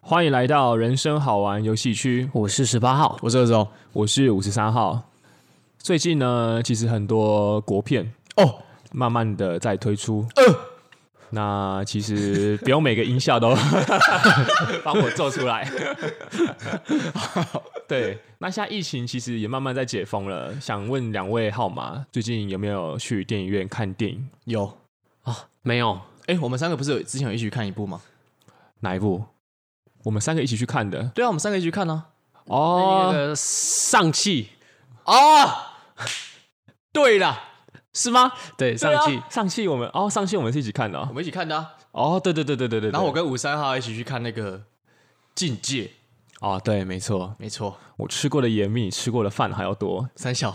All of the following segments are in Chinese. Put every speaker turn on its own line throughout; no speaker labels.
欢迎来到人生好玩游戏区，
我是十八号，
我是二十号。
我是五十三号。最近呢，其实很多国片
哦，
慢慢的在推出。
呃
那其实不用每个音效都 帮我做出来。 对，那现在疫情其实也慢慢在解封了，想问两位号码，最近有没有去电影院看电影？
有，
啊没有，
哎、我们三个不是有之前有一起去看一部吗？
哪一部？我们三个一起去看的
对啊，我们三个一起去看啊。
那
哦，
个上汽
哦， 对啦，
是吗？对，
啊
上
上
汽
戏，上戏我们哦，上戏我们是一起看的
我
哦，
们一起看的、啊。
哦对对对对对对。
然后我
对
跟五三号一起去看那个《境界》，
哦，对，没错，
没错，
我吃过的盐比你吃过的饭还要 多。
三小。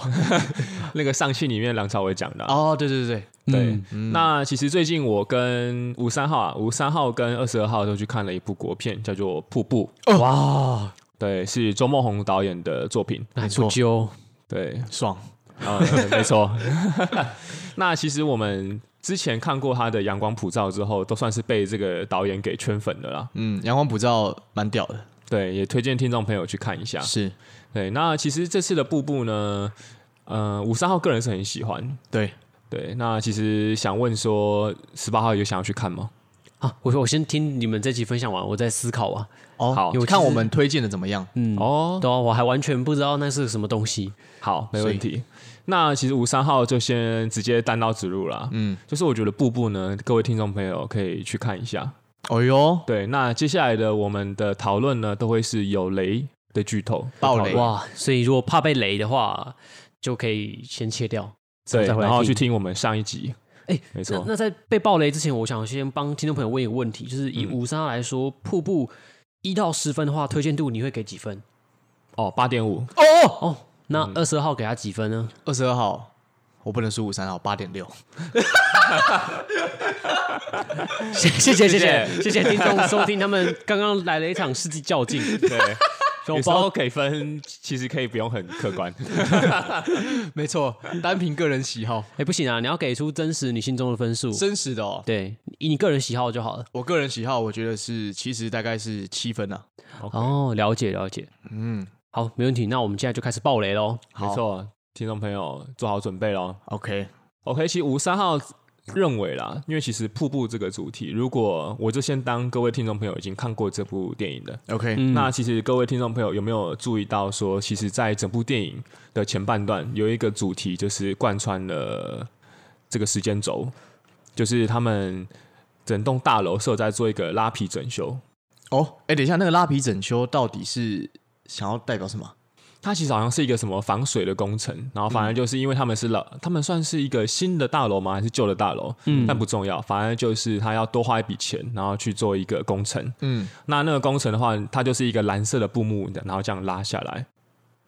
那个上戏里面梁朝伟讲的啊、
哦，嗯对对对对，
对，那其实最近我跟吴三号啊，吴三号跟二十二号都去看了一部国片，叫做《瀑布》。
哦
哇，
对，是周梦红导演的作品。
那
没
不
错
就
对，
爽。
啊、没错。 那其实我们之前看过他的《阳光普照》之后，都算是被这个导演给圈粉的啦。
嗯，阳光普照蛮屌的，
对，也推荐听众朋友去看一下。
是
对，那其实这次的《瀑布》呢，呃，吴三号个人是很喜欢。
对。
对，那其实想问说，十八号有想要去看吗？
啊？我我先听你们这期分享完，我再思考啊。
哦，
好
有看我们推荐的怎么样？
嗯，
哦，
对啊，我还完全不知道那是什么东西。
好，没问题。那其实吴三号就先直接单刀直入啦。嗯，就是我觉得《步步》呢，各位听众朋友可以去看一下。
哎呦，
对，那接下来的我们的讨论呢，都会是有雷的剧透
爆雷
的讨论
哇，所以如果怕被雷的话，就可以先切掉。
对，
再回来
然后去听我们上一集。
哎
没
那
错，
那在被暴雷之前，我想先帮听众朋友问一个问题，就是以
嗯
五三来说，瀑布一到十分的话，推荐度你会给几分？
哦，嗯八点五，
哦，那二十二号给他几分 呢？
二十二号，我不能输五三号，八点六。
谢谢谢谢
谢
谢谢谢听众收听，他们刚刚来了一场世纪较 劲，
对，
小
有时
包
候给分其实可以不用很客观。
没错，单凭个人喜好，
哎、不行啊，你要给出真实你心中的分数，
真实的哦。
对，以你个人喜好就好了。
我个人喜好，我觉得是其实大概是七分啊。
哦，了解了解，嗯，好，没问题。那我们现在就开始爆雷喽。
没错，听众朋友做好准备喽。
OK，
OK，其实吴三号认为啦，因为其实瀑布这个主题，如果我就先当各位听众朋友已经看过这部电影的，
OK，、
嗯
那其实各位听众朋友有没有注意到说，其实，在整部电影的前半段有一个主题，就是贯穿了这个时间轴，就是他们整栋大楼是有在做一个拉皮整修。
哦，哎、等一下，那个拉皮整修到底是想要代表什么？
它其实好像是一个什么防水的工程，然后反正就是因为他们是老，他们算是一个新的大楼吗？还是旧的大楼？嗯，但不重要，反正就是他要多花一笔钱，然后去做一个工程。
嗯，
那那个工程的话，它就是一个蓝色的布幕，然后这样拉下来，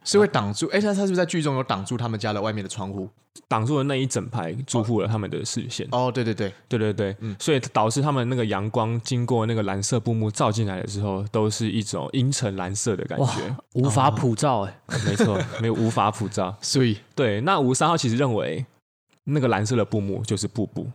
是会挡住？哎、那他是不是在剧中有挡住他们家的外面的窗户？
挡住了那一整排住户了他们的视线。
哦，对对对，
对对对，所以导致他们那个阳光经过那个蓝色布幕照进来的时候，都是一种阴沉蓝色的感
哇
觉。，
无法普照哎、
没错，没有无法普照。
所以
对，那吴三号其实认为那个蓝色的布幕就是瀑布。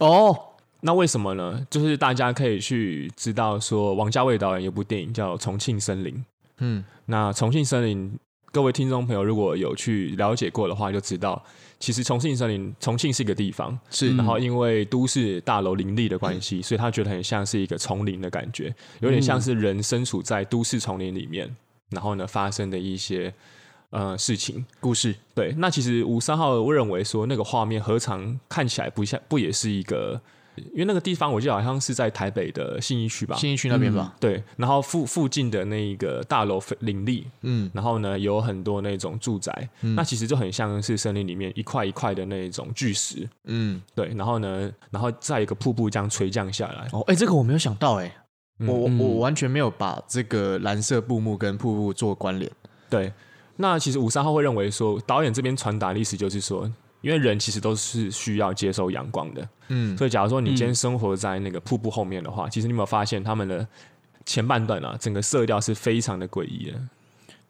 哦，
那为什么呢？就是大家可以去知道说，王家卫导演有部电影叫《重庆森林》。
嗯，
那《重庆森林》，各位听众朋友如果有去了解过的话，就知道其实重庆森林，重庆是一个地方，
是
然后因为都市大楼林立的关系，所以他觉得很像是一个丛林的感觉，有点像是人身处在都市丛林里面，然后呢发生的一些呃事情。
故事
对，那其实吴三号我认为说那个画面何尝看起来不像不也是一个，因为那个地方我记得好像是在台北的信义区吧。
新一区那边吧？
对，然后附附近的那一个大楼非林立，
嗯，
然后呢有很多那种住宅，那其实就很像是森林里面一块一块的那种巨石，
嗯，
对，然后呢，然后再一个瀑布这样垂降下来，
哦，哎、这个我没有想到、哎、
嗯
我我我完全没有把这个蓝色布幕跟瀑布做关联。
对。那其实五三号会认为说，导演这边传达的意思就是说，因为人其实都是需要接收阳光的，
嗯，
所以假如说你今天生活在那个瀑布后面的话，其实你有没有发现他们的前半段啊，整个色调是非常的诡异的，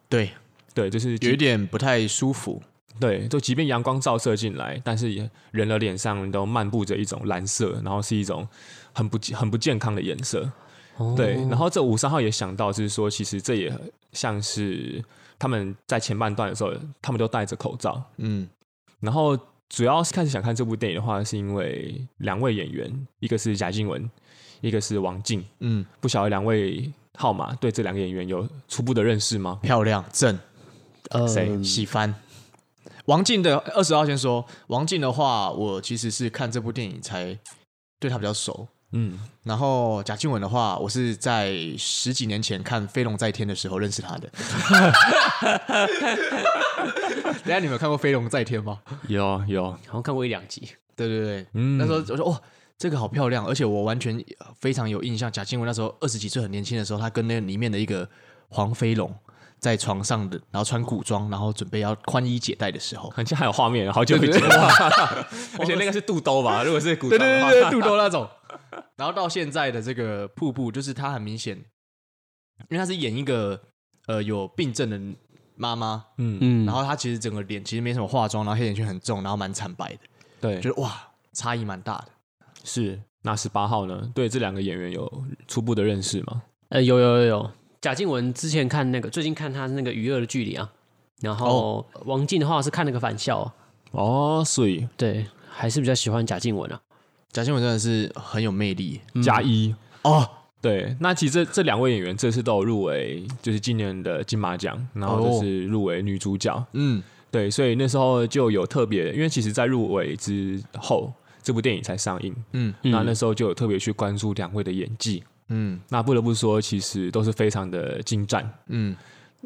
对，
对，就是即
有一点不太舒服。
对，就即便阳光照射进来，但是也人的脸上都漫步着一种蓝色，然后是一种很不很不健康的颜色。
哦
对，然后这五三号也想到，就是说，其实这也像是他们在前半段的时候，他们都戴着口罩。
嗯
然后主要是开始想看这部电影的话，是因为两位演员，一个是贾静雯，一个是王静。
嗯，
不晓得两位号码对这两个演员有初步的认识吗？
漂亮正
呃
谁
喜欢。王静的二十号先说，王静的话，我其实是看这部电影才对她比较熟。
嗯，
然后贾静雯的话，我是在十几年前看《飞龙在天》的时候认识她 的。等一下你们有看过《飞龙在天》吗？
有有，
好像看过一两集，
对对对，
嗯
那时候我说哇、哦这个好漂亮，而且我完全呃非常有印象。贾静雯那时候二十几岁，很年轻的时候，她跟那里面的一个黄飞龙在床上的，然后穿古装，然后准备要宽衣解带的时候，
好像还有画面，好久以前， 而且那个是肚兜 吧？如果是古
对
装
对
的话，
对对，肚兜那种。然后到现在的这个瀑布，就是她很明显，因为她是演一个呃有病症的妈妈，
嗯，
嗯
然后她其实整个脸其实没什么化妆，然后黑眼圈很重，然后蛮惨白的，
对，
觉得哇差异蛮大的。
是。那十八号呢？对这两个演员有初步的认识吗？
呃有有有有，贾静雯之前看那个，最近看她那个《娱乐的距离》啊，然后王静的话是看那个《返校》啊，
哦，所以
对，还是比较喜欢贾静雯啊，
贾静雯真的是很有魅力
加一。
哦，
对，那其实这这两位演员这次都有入围，就是今年的金马奖，然后就是入围女主角。
嗯
对，所以那时候就有特别，因为其实，在入围之后，这部电影才上映，
嗯
那那时候就有特别去关注两位的演技。
嗯
那不得不说，其实都是非常的精湛，
嗯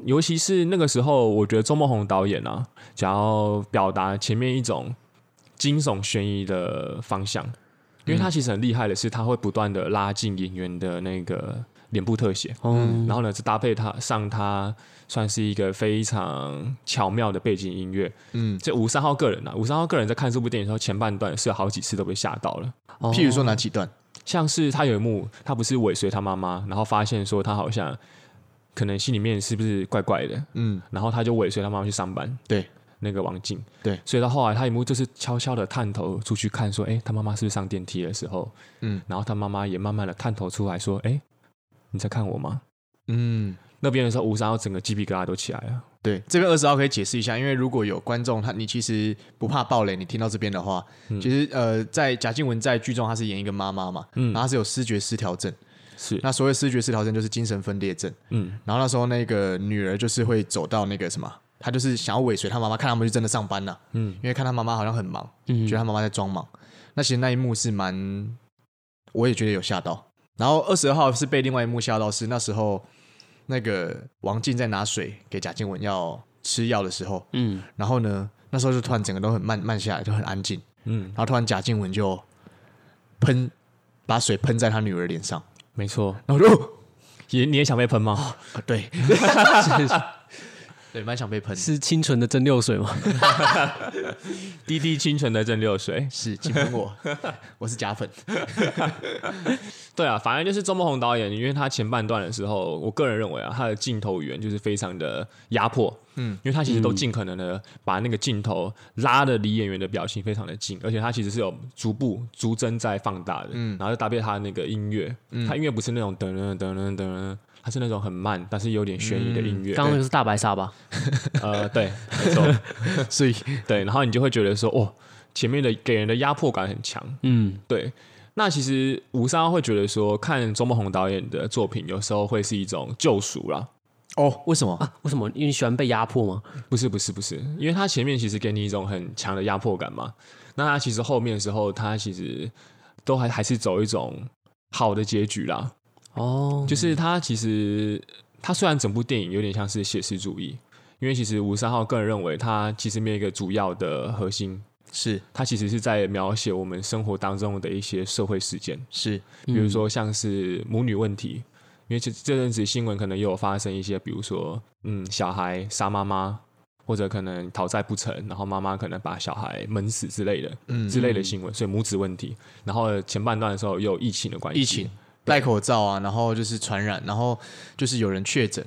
尤其是那个时候，我觉得周梦红导演啊，想要表达前面一种惊悚悬疑的方向，因为他其实很厉害的是，他会不断的拉近演员的那个脸部特写，
嗯
然后呢，是搭配他上他算是一个非常巧妙的背景音乐。
嗯，
这五三号个人啊，五三号个人在看这部电影的时候，前半段是有好几次都被吓到了。
哦
譬如说哪几段？
像是他有一幕，他不是尾随他妈妈，然后发现说他好像可能心里面是不是怪怪的，
嗯，
然后他就尾随他妈妈去上班。
对，
那个王静。
对
所以到后来他有一幕就是悄悄的探头出去看，说，哎、他妈妈是不是上电梯的时候，
嗯，
然后他妈妈也慢慢的探头出来说，哎、你在看我吗？
嗯，
那边的时候，吴三号整个鸡皮疙瘩都起来了。
对，这边二十号可以解释一下，因为如果有观众他你其实不怕暴雷，你听到这边的话，其实呃，在贾静雯在剧中她是演一个妈妈嘛，
嗯
然后她是有失觉失调症，
是，
那所谓失觉失调症就是精神分裂症，
嗯，
然后那时候那个女儿就是会走到那个什么。她就是想要尾随她妈妈，看他们去真的上班了、
嗯
嗯，因为看她妈妈好像很忙，
嗯
觉得她妈妈在装忙。那其实那一幕是蛮，我也觉得有吓到。然后二十二号是被另外一幕吓到，是那时候那个王静在拿水给贾静雯要吃药的时候，
嗯
然后呢，那时候就突然整个都很慢慢下来，就很安静。
嗯
然，后突然贾静雯就喷把水喷在她女儿脸上，
没错。
然后我就、哦
也你也想被喷吗？
啊对， 对，蛮想被喷，
是清纯的蒸馏水吗？
滴滴清纯的蒸馏水。
是，请喷我， 我是假粉。
对啊，反正就是周梦红导演，因为他前半段的时候，我个人认为啊，他的镜头语言就是非常的压迫。嗯，因为他其实都尽可能的把那个镜头拉的离演员的表情非常的近，而且他其实是有逐步逐帧在放大的。嗯，然后就搭配他那个音乐，他音乐不是那种噔噔噔噔噔，他是那种很慢但是有点悬疑的音乐。
嗯刚刚那个是大白鲨吧？
呃，对，没错。
所以
对，然后你就会觉得说，哦，前面的给人的压迫感很强。
嗯，
对，那其实吴三会觉得说，看周梦红导演的作品，有时候会是一种救赎啦。
哦，为什么？
为什么？因为你喜欢被压迫吗？
不是不是不是，因为他前面其实给你一种很强的压迫感嘛。那他其实后面的时候，他其实都还还是走一种好的结局啦。
哦，
就是他其实他虽然整部电影有点像是写实主义，因为其实吴三号个人认为，他其实没有一个主要的核心，
是
它其实是在描写我们生活当中的一些社会事件，
是，
比
嗯
如说像是母女问题，因为这这阵子新闻可能也有发生一些，比如说嗯，小孩杀妈妈，或者可能讨债不成，然后妈妈可能把小孩闷死之类的，
嗯
之类的新闻，所以母子问题。然后前半段的时候也有疫情的关系，
疫情，戴口罩啊，然后就是传染，然后就是有人确诊，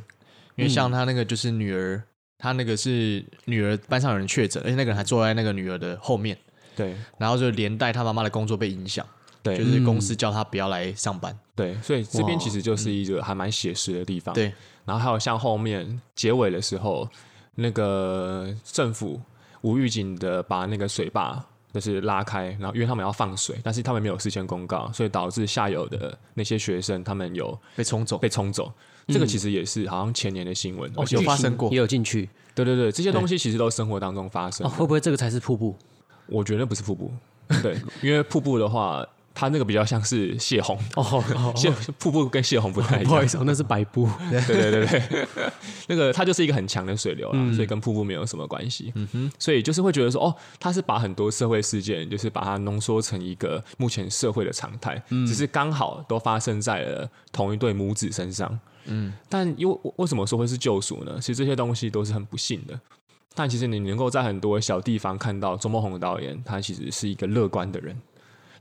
因为像他那个就是女儿，他那个是女儿班上有人确诊，而且那个人还坐在那个女儿的后面，
对
然后就连带他妈妈的工作被影响，
对
就是公司叫他不要来上班。
对，所以这边其实
嗯
就是一个还蛮写实的地方。，
对，
然后还有像后面结尾的时候，那个政府无预警的把那个水坝就是拉开，然后因为他们要放水，但是他们没有事先公告，所以导致下游的那些学生他们有
被冲走。
被冲走。这
嗯
个其实也是好像前年的新
哦
闻，而且
有发生过
也有进去
对对对，这些东西其实都生活当中发生
哦，。会不会这个才是瀑布？
我觉得不是瀑 布，对，因为瀑布的话，它那个比较像是泄洪，
哦，哦
泄瀑布跟泄洪不太一
不好
样
意。思，哦那是白布。
对 对对对，那个它就是一个很强的水流啦，所以跟瀑布没有什么关系。嗯哼，所以就是会觉得说，哦，它是把很多社会事件，就是把它浓缩成一个目前社会的常态，只是刚好都发生在了同一对母子身上。嗯，但因为为什么说会是救赎呢？其实这些东西都是很不幸的。但其实你能够在很多小地方看到周梦红导演，他其实是一个乐观的人。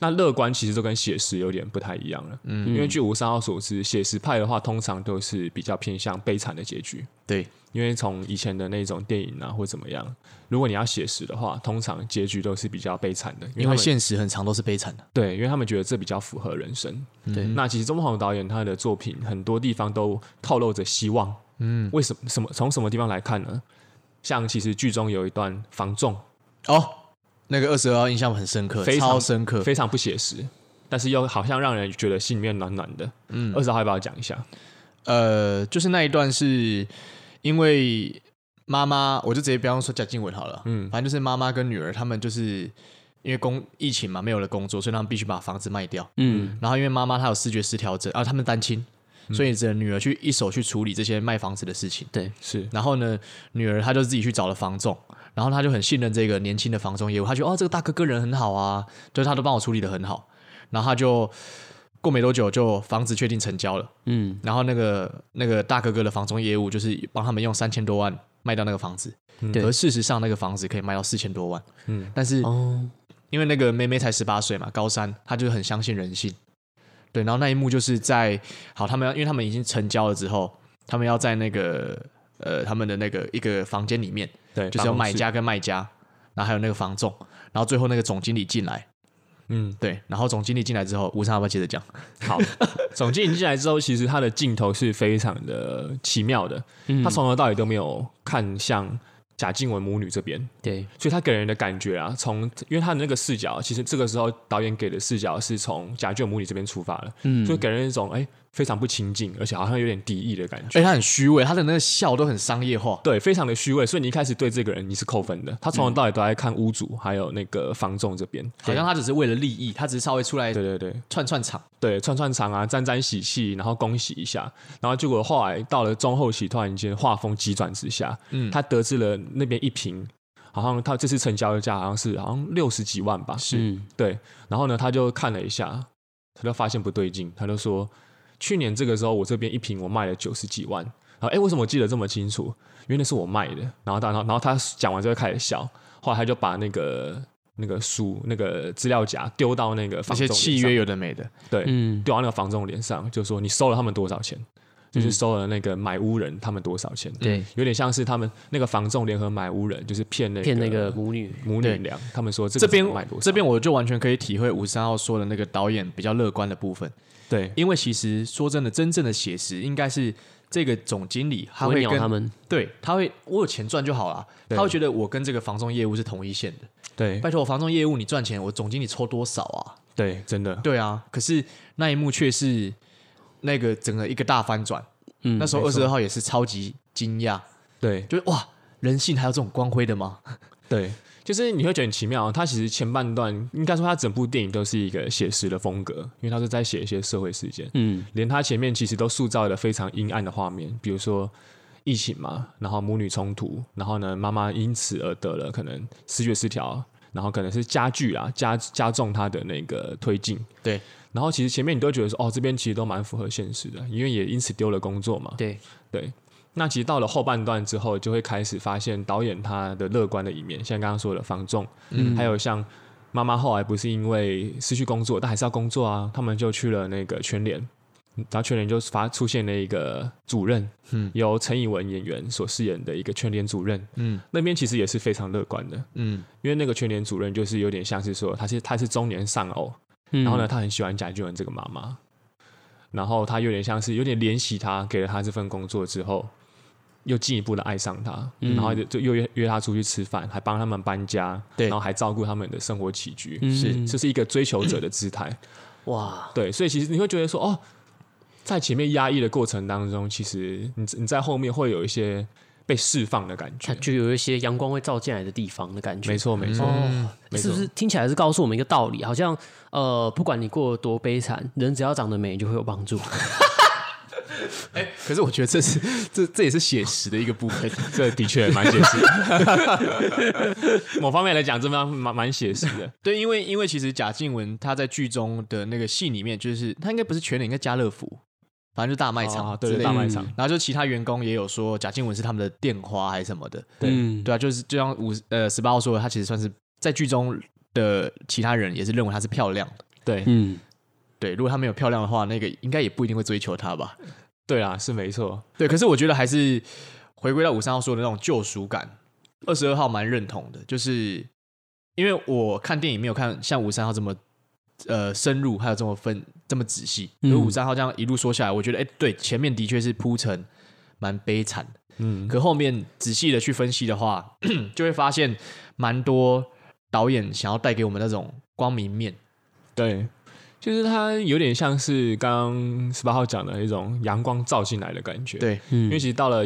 那乐观其实就跟写实有点不太一样了，嗯，因为据吴三号所知，写实派的话通常都是比较偏向悲惨的结局，
对，
因为从以前的那种电影啊或怎么样，如果你要写实的话，通常结局都是比较悲惨的，因为
因
他
为
们
现实很长都是悲惨的。
对，因为他们觉得这比较符合人生。对，那其实钟红导演他的作品很多地方都透露着希望。嗯，为什么？什么？从什么地方来看呢？像其实剧中有一段房仲
哦，那个二十二号印象很深刻，
非常
超深刻。
非常不写实，但是又好像让人觉得心里面暖暖的。嗯，二十号要不要讲一下？
呃，就是那一段是因为妈妈，我就直接不要说贾静雯好了，嗯，反正就是妈妈跟女儿他们就是。因为工疫情嘛，没有了工作，所以他们必须把房子卖掉。
嗯，
然后因为妈妈她有视觉失调症啊，他们单亲，所以只能女儿去一手去处理这些卖房子的事情。
对，
是
然后呢，女儿她就自己去找了房仲，然后她就很信任这个年轻的房仲业务，她觉得哦这个大哥哥人很好啊，就是他都帮我处理的很好，然后她就过没多久就房子确定成交了，
嗯，
然后那个那个大哥哥的房仲业务就是帮他们用三千多万卖掉那个房子，
对
而事实上那个房子可以卖到四千多万，嗯，但是
哦，
因为那个妹妹才十八岁嘛，高三，她就是很相信人性。对，然后那一幕就是在好，他们要因为他们已经成交了之后，他们要在那个呃他们的那个一个房间里面，
对，
就是
办
有
公
买
室，
家跟卖家，然后还有那个房仲，然后最后那个总经理进来，
嗯，
对，然后总经理进来之后，吴尚要不要接着讲？
好。总经理进来之后，其实他的镜头是非常的奇妙的，
嗯
他从头到尾都没有看向贾静雯母女这边。
对，
所以他给人的感觉啊，从因为他的那个视角，其实这个时候导演给的视角是从贾俊母女这边出发的，嗯，所以给人一种哎、非常不亲近，而且好像有点敌意的感觉。
哎，他很虚伪，他的那个笑都很商业化。
对，非常的虚伪，所以你一开始对这个人你是扣分的。他从头到尾都在看屋主还有那个房仲这边，
好像他只是为了利益，他只是稍微出来
对对对
串串场，
对，串串场啊，沾沾喜气，然后恭喜一下，然后结果后来到了中后期，突然间画风急转直下，嗯，他得知了那边一瓶，好像他这次成交的价好像是好像六十几万吧，是
嗯，
对，然后呢，他就看了一下，他就发现不对劲，他就说，去年这个时候我这边一瓶我卖了九十几万，然后哎，诶为什么我记得这么清楚？因为那是我卖的。然后他，然后，然后他讲完之后开始笑，后来他就把那个那个书、那个资料夹丢到那个
那
房
些
仲脸
契
上
约有的没的，
对，
嗯
丢到那个房仲脸上，就说你收了他们多少钱？
嗯
就是收了那个买屋人他们多少钱？
对，
有点像是他们那个房仲联合买屋人，就是骗那
骗那个母女，
母女
对
俩，他们说这
这
个
边
买多少？
这边我就完全可以体会五十三号说的那个导演比较乐观的部分，
对
因为其实说真的，真正的写实应该是这个总经理他
我会
会
鸟
跟
他们，
对他会我有钱赚就好了，
对
他会觉得我跟这个房仲业务是同一线的，
对
拜托我房仲业务你赚钱，我总经理抽多少啊？
对，真的
对啊，可是那一幕却是那个整个一个大翻转，
嗯
那时候
没
二
错
十二号也是超级惊讶，
对
就是哇，人性还有这种光辉的吗？
对，就是你会觉得很奇妙。它其实前半段应该说，它整部电影都是一个写实的风格，因为它是在写一些社会事件。
嗯，
连它前面其实都塑造了非常阴暗的画面，比如说疫情嘛，然后母女冲突，然后呢，妈妈因此而得了可能视觉失调，然后可能是加剧啊，加加重她的那个推进。
对
然后其实前面你都会觉得说，哦，这边其实都蛮符合现实的，因为也因此丢了工作嘛。
对，
对，那其实到了后半段之后，就会开始发现导演他的乐观的一面，像刚刚说的房仲，嗯，还有像妈妈后来不是因为失去工作，但还是要工作啊，他们就去了那个全联，然后全联就发出现了一个主任，嗯，由陈以文演员所饰演的一个全联主任，嗯，那边其实也是非常乐观的，
嗯，
因为那个全联主任就是有点像是说他是他是中年丧偶。
嗯
然后呢，，他很喜欢贾静雯这个妈妈，然后他有点像是有点怜惜她，给了她这份工作之后，又进一步的爱上她，
嗯
然后就就又约约她出去吃饭，还帮他们搬家，
对
然后还照顾他们的生活起居，
嗯
是这是一个追求者的姿态，
哇，
对，所以其实你会觉得说，哦，在前面压抑的过程当中，其实你你在后面会有一些被释放的感
它
觉，
就有一些阳光会照进来的地方的感觉
没。错没错，
哦，
没
是
错
不是听起来是告诉我们一个道理？好像呃，不管你过得多悲惨，人只要长得美就会有帮助。
可是我觉得这是 这这也是写实的一个部 分。
这的确蛮写实 的，某方面来讲，这蛮蛮蛮写实的。
对，因为因为其实贾静雯她在剧中的那个戏里面，就是她应该不是全脸，应该家乐福，反正就哦大卖场、
啊对大卖场。
然后就其他员工也有说贾静雯是他们的电花还是什么的，
对
嗯
对啊，就是就像五呃十八号说的，她其实算是在剧中的呃其他人也是认为她是漂亮的。
对
嗯，
对，如果她没有漂亮的话，那个应该也不一定会追求她吧。
对啦，是没错。
对，可是我觉得还是回归到五三号说的那种救赎感，二十二号蛮认同的，就是因为我看电影没有看像五三号这么呃深入，还有这么分这么仔细。
嗯
如果五三号这样一路说下来，我觉得哎、对，前面的确是铺陈蛮悲惨的，
嗯，
可后面仔细的去分析的话， 就会发现蛮多导演想要带给我们那种光明面。
对，就是它有点像是刚刚十八号讲的那种阳光照进来的感觉。，
对，嗯
因
因
为其实到了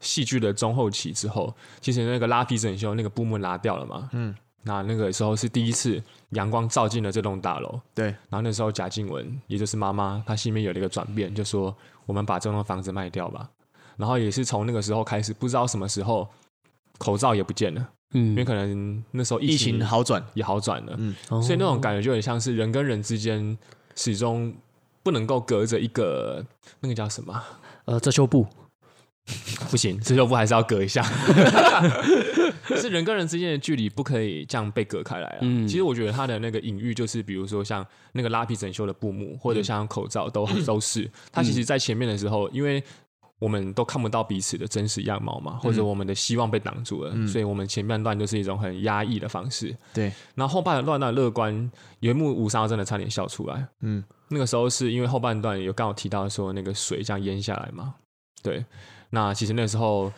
戏剧的中后期之后，其实那个拉皮整修那个布幕拿掉了嘛。
嗯，
那那个时候是第一次阳光照进了这栋大楼。
对，
然后那时候贾静雯，也就是妈妈，她心里面有了一个转变，就说我们把这栋房子卖掉吧。然后也是从那个时候开始，不知道什么时候口罩也不见了，因为
嗯，
可能那时候
疫情好嗯转，
也好转了。
所
所以那种感觉就很像是人跟人之间始终不能够隔着一个那个叫什么啊，
呃遮羞布，
不行， 这就不还是要隔一下， 就是人跟人之间的距离不可以这样被隔开来啊。
嗯
其实我觉得他的那个隐喻就是，比如说像那个拉皮整修的布幕，或者像口罩都、都是，他其实在前面的时候，因为。我们都看不到彼此的真实样貌嘛，或者我们的希望被挡住了，所以我们前半段就是一种很压抑的方式。
对，
然后后半段的乐观，有一幕五三真的差点笑出来。
嗯，
那个时候是因为后半段有刚好提到说那个水这样淹下来嘛，对。那其实那时候，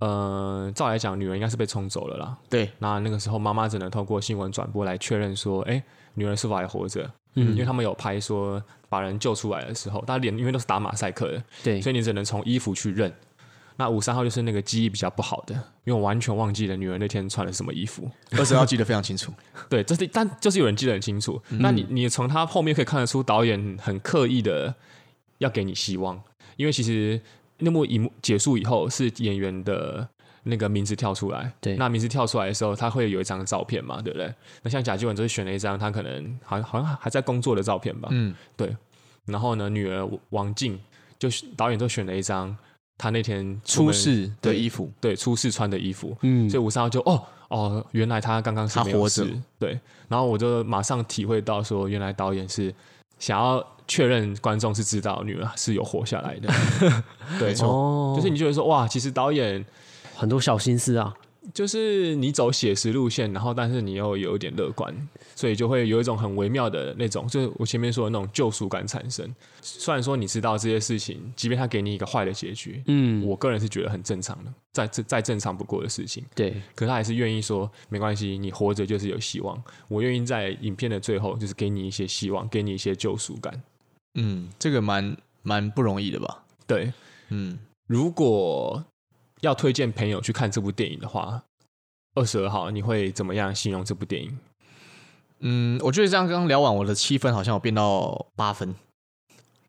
呃，照来讲，女儿应该是被冲走了啦。
对，
那那个时候，妈妈只能透过新闻转播来确认说，哎、女儿是否还活着？因为他们有拍说把人救出来的时候，他脸因为都是打马赛克的，
对，
所以你只能从衣服去认。那五三号就是那个记忆比较不好的，因为我完全忘记了女儿那天穿了什么衣服。
二十号记得非常清楚。
对，这是但就是有人记得很清楚。那你
嗯
你从他后面可以看得出，导演很刻意的要给你希望，因为其实那幕一幕结束以后，是演员的那个名字跳出来。
对
那名字跳出来的时候，他会有一张照片嘛，对不对？那像贾静雯就是选了一张他可能好像好像还在工作的照片吧。
嗯，
对。然后呢，女儿王静就导演就选了一张她那天出
出
门
事的
对
衣服，
对出事穿的衣服。
嗯
所以五三号就哦哦，原来他刚刚是
他
没有
活
事
着，
对。然后我就马上体会到说，原来导演是想要确认观众是知道女儿是有活下来 的，对，
哦，
就是你觉得说哇，其实导演
很多小心思啊，
就是你走写实路线，然后但是你又有一点乐观，所以就会有一种很微妙的那种，就是我前面说的那种救赎感产生。虽然说你知道这些事情，即便他给你一个坏的结局，
嗯，
我个人是觉得很正常的，再再再正常不过的事情。
对，
可他还是愿意说没关系，你活着就是有希望。我愿意在影片的最后，就是给你一些希望，给你一些救赎感。
嗯，这个蛮蛮不容易的吧？
对，
嗯，
如果要推荐朋友去看这部电影的话，二十二号你会怎么样形容这部电影？
嗯，我觉得这样刚刚聊完，我的七分好像有变到八分，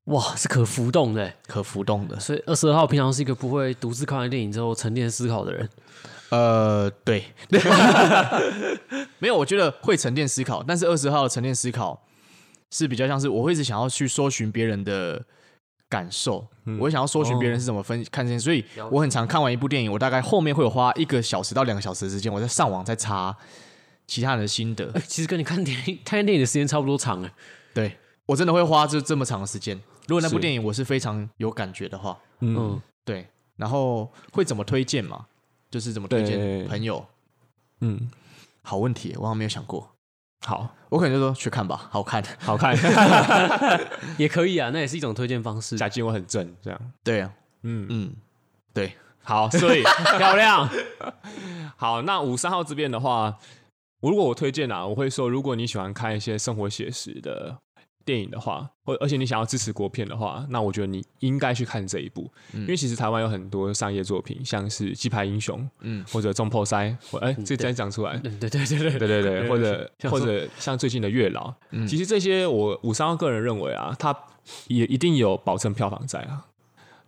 哇，是可浮动的欸。
可浮动的。
所以二十二号平常是一个不会独自看完电影之后沉淀思考的人。
呃，对， 没有，我觉得会沉淀思考，但是二十号的沉淀思考是比较像是我会一直想要去搜寻别人的感受，我会想要搜寻别人是怎么分、看这件事，所以
嗯哦了解
我很常看完一部电影，我大概后面会有花一个小时到两个小时的时间，我在上网在查其他人的心得
哎，，其实跟你看电影、 看电影的时间差不多长哎。
对我真的会花这这么长的时间。如果那部
是
电影我是非常有感觉的话，
嗯，
嗯，
对，然后会怎么推荐嘛？就是怎么推
对
荐朋友？
嗯，
好问题，我好像没有想过。
好
我可能就说去看吧，好看。
好 看，
也可以啊，那也是一种推荐方式。
贾静雯很正，这样，
对啊，
嗯，
嗯，对，
好，所以 漂亮。好，那五三号这边的话，我如果我推荐啊，我会说，如果你喜欢看一些生活写实的电影的话，或而且你想要支持国片的话，那我觉得你应该去看这一部，因为其实台湾有很多商业作品，像是《鸡排英雄》，嗯
嗯，
或者《中破塞》或，哎，这真讲出来，
对对对对
对对
对，
对，或者
像
或
说嗯
者像最近的月老，其实这些我五三号个人认为啊，它也一定有保证票房在啊。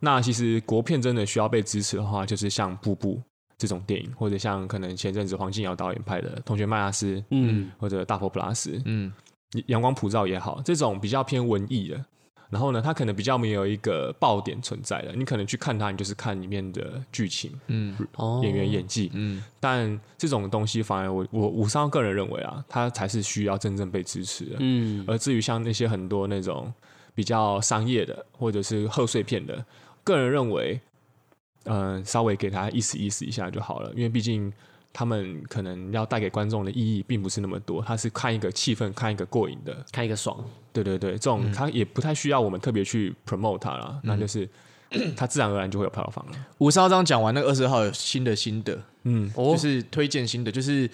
那其实国片真的需要被支持的话，就是像《瀑布》这种电影，或者像可能前阵子黄敬尧导演拍的《同学麦拉斯》，
嗯，
或者《大佛普拉斯》，
嗯
阳光普照也好，这种比较偏文艺的，然后呢，它可能比较没有一个爆点存在的，你可能去看它，你就是看里面的剧情、
嗯
哦，
演员演技，
嗯，
但这种东西反而我我五三个人认为啊，它才是需要真正被支持的。
嗯，
而至于像那些很多那种比较商业的或者是贺岁片的，个人认为，嗯、稍微给他意思意思一下就好了，因为毕竟他们可能要带给观众的意义并不是那么多，他是看一个气氛，看一个过瘾的。
看一个爽，
对对对，这种他也不太需要我们特别去 promote 它啦，那就是 它自然而然就会有票房了。
五十号章讲完，那个二十号有新的心得，
嗯，
哦
就是推荐新的，就是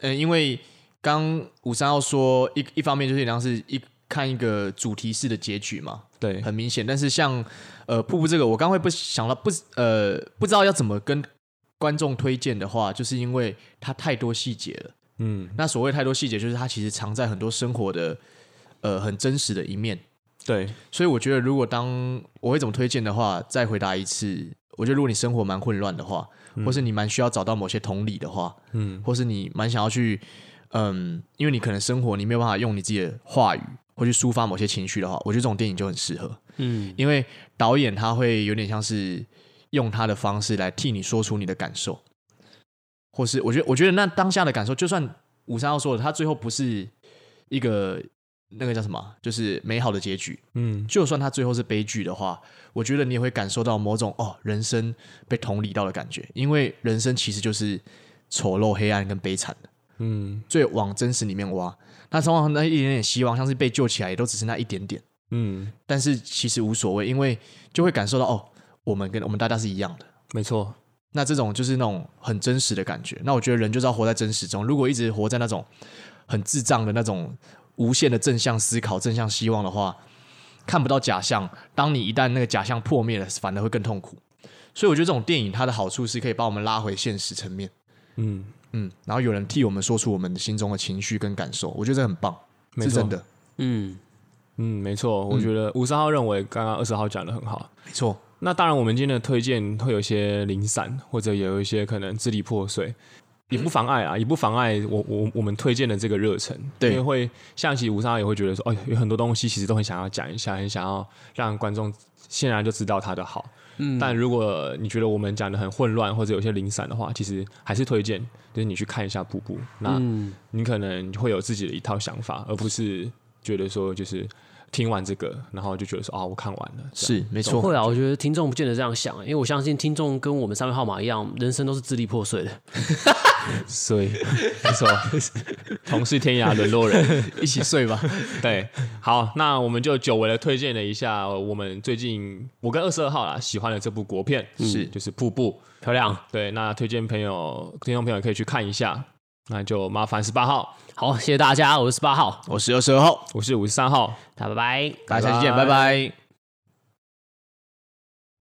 呃，因为刚五三号说一一方面就是像是一看一个主题式的结局嘛，
对，
很明显。但是像呃瀑布这个，我刚会不想到不呃不知道要怎么跟观众推荐的话，就是因为它太多细节了。
嗯，
那所谓太多细节，就是它其实藏在很多生活的呃很真实的一面。
对，
所以我觉得，如果当我会怎么推荐的话，再回答一次。我觉得，如果你生活蛮混乱的话，或是你蛮需要找到某些同理的话，
嗯
或是你蛮想要去，嗯，因为你可能生活你没有办法用你自己的话语或去抒发某些情绪的话，我觉得这种电影就很适合，
嗯，
因为导演他会有点像是用他的方式来替你说出你的感受，或是我觉得，我觉得那当下的感受，就算五三要说的，他最后不是一个那个叫什么啊，就是美好的结局，
嗯
就算它最后是悲剧的话，我觉得你也会感受到某种哦，人生被同理到的感觉，因为人生其实就是丑陋、黑暗跟悲惨的，
嗯
最往真实里面挖。那通常那一点点希望，像是被救起来，也都只是那一点点，
嗯，
但是其实无所谓，因为就会感受到哦，我们跟我们大家是一样的。
没错，
那这种就是那种很真实的感觉。那我觉得人就是要活在真实中，如果一直活在那种很智障的那种无限的正向思考、正向希望的话，看不到假象。当你一旦那个假象破灭了，反而会更痛苦。所以我觉得这种电影它的好处是可以把我们拉回现实层面，
嗯，
嗯，然后有人替我们说出我们心中的情绪跟感受，我觉得这很棒，
没
是
错
真的，
嗯，
嗯，没错，我觉得五十号认为刚刚二十号讲的很好。
没错，
那当然，我们今天的推荐会有一些零散，或者有一些可能支离破碎，也不妨碍啊，也不妨碍我我我们推荐的这个热忱。
对
因为会像其实五十号也会觉得说，哦，有很多东西其实都很想要讲一下，很想要让观众现然就知道它的好。嗯，但如果你觉得我们讲的很混乱或者有些零散的话，其实还是推荐，就是你去看一下瀑布。那、你可能会有自己的一套想法，而不是觉得说就是听完这个，然后就觉得说啊，我看完了。这样
是没
不
错，
会啊，我觉得听众不见得这样想，因为我相信听众跟我们三位号码一样，人生都是支离破碎的。
所以 没错，同是天涯沦落人。
一起睡吧，
对，好，那我们就久违的推荐了一下我们最近我跟二十二号啦喜欢的这部国片，
是
就是《瀑布》，漂亮。对，那推荐朋友、听众朋友可以去看一下。那就麻烦十八号，
好，谢谢大家，我是十八号，
我是二十二号，
我是五十三号，
大家拜拜。
大家下期见，拜拜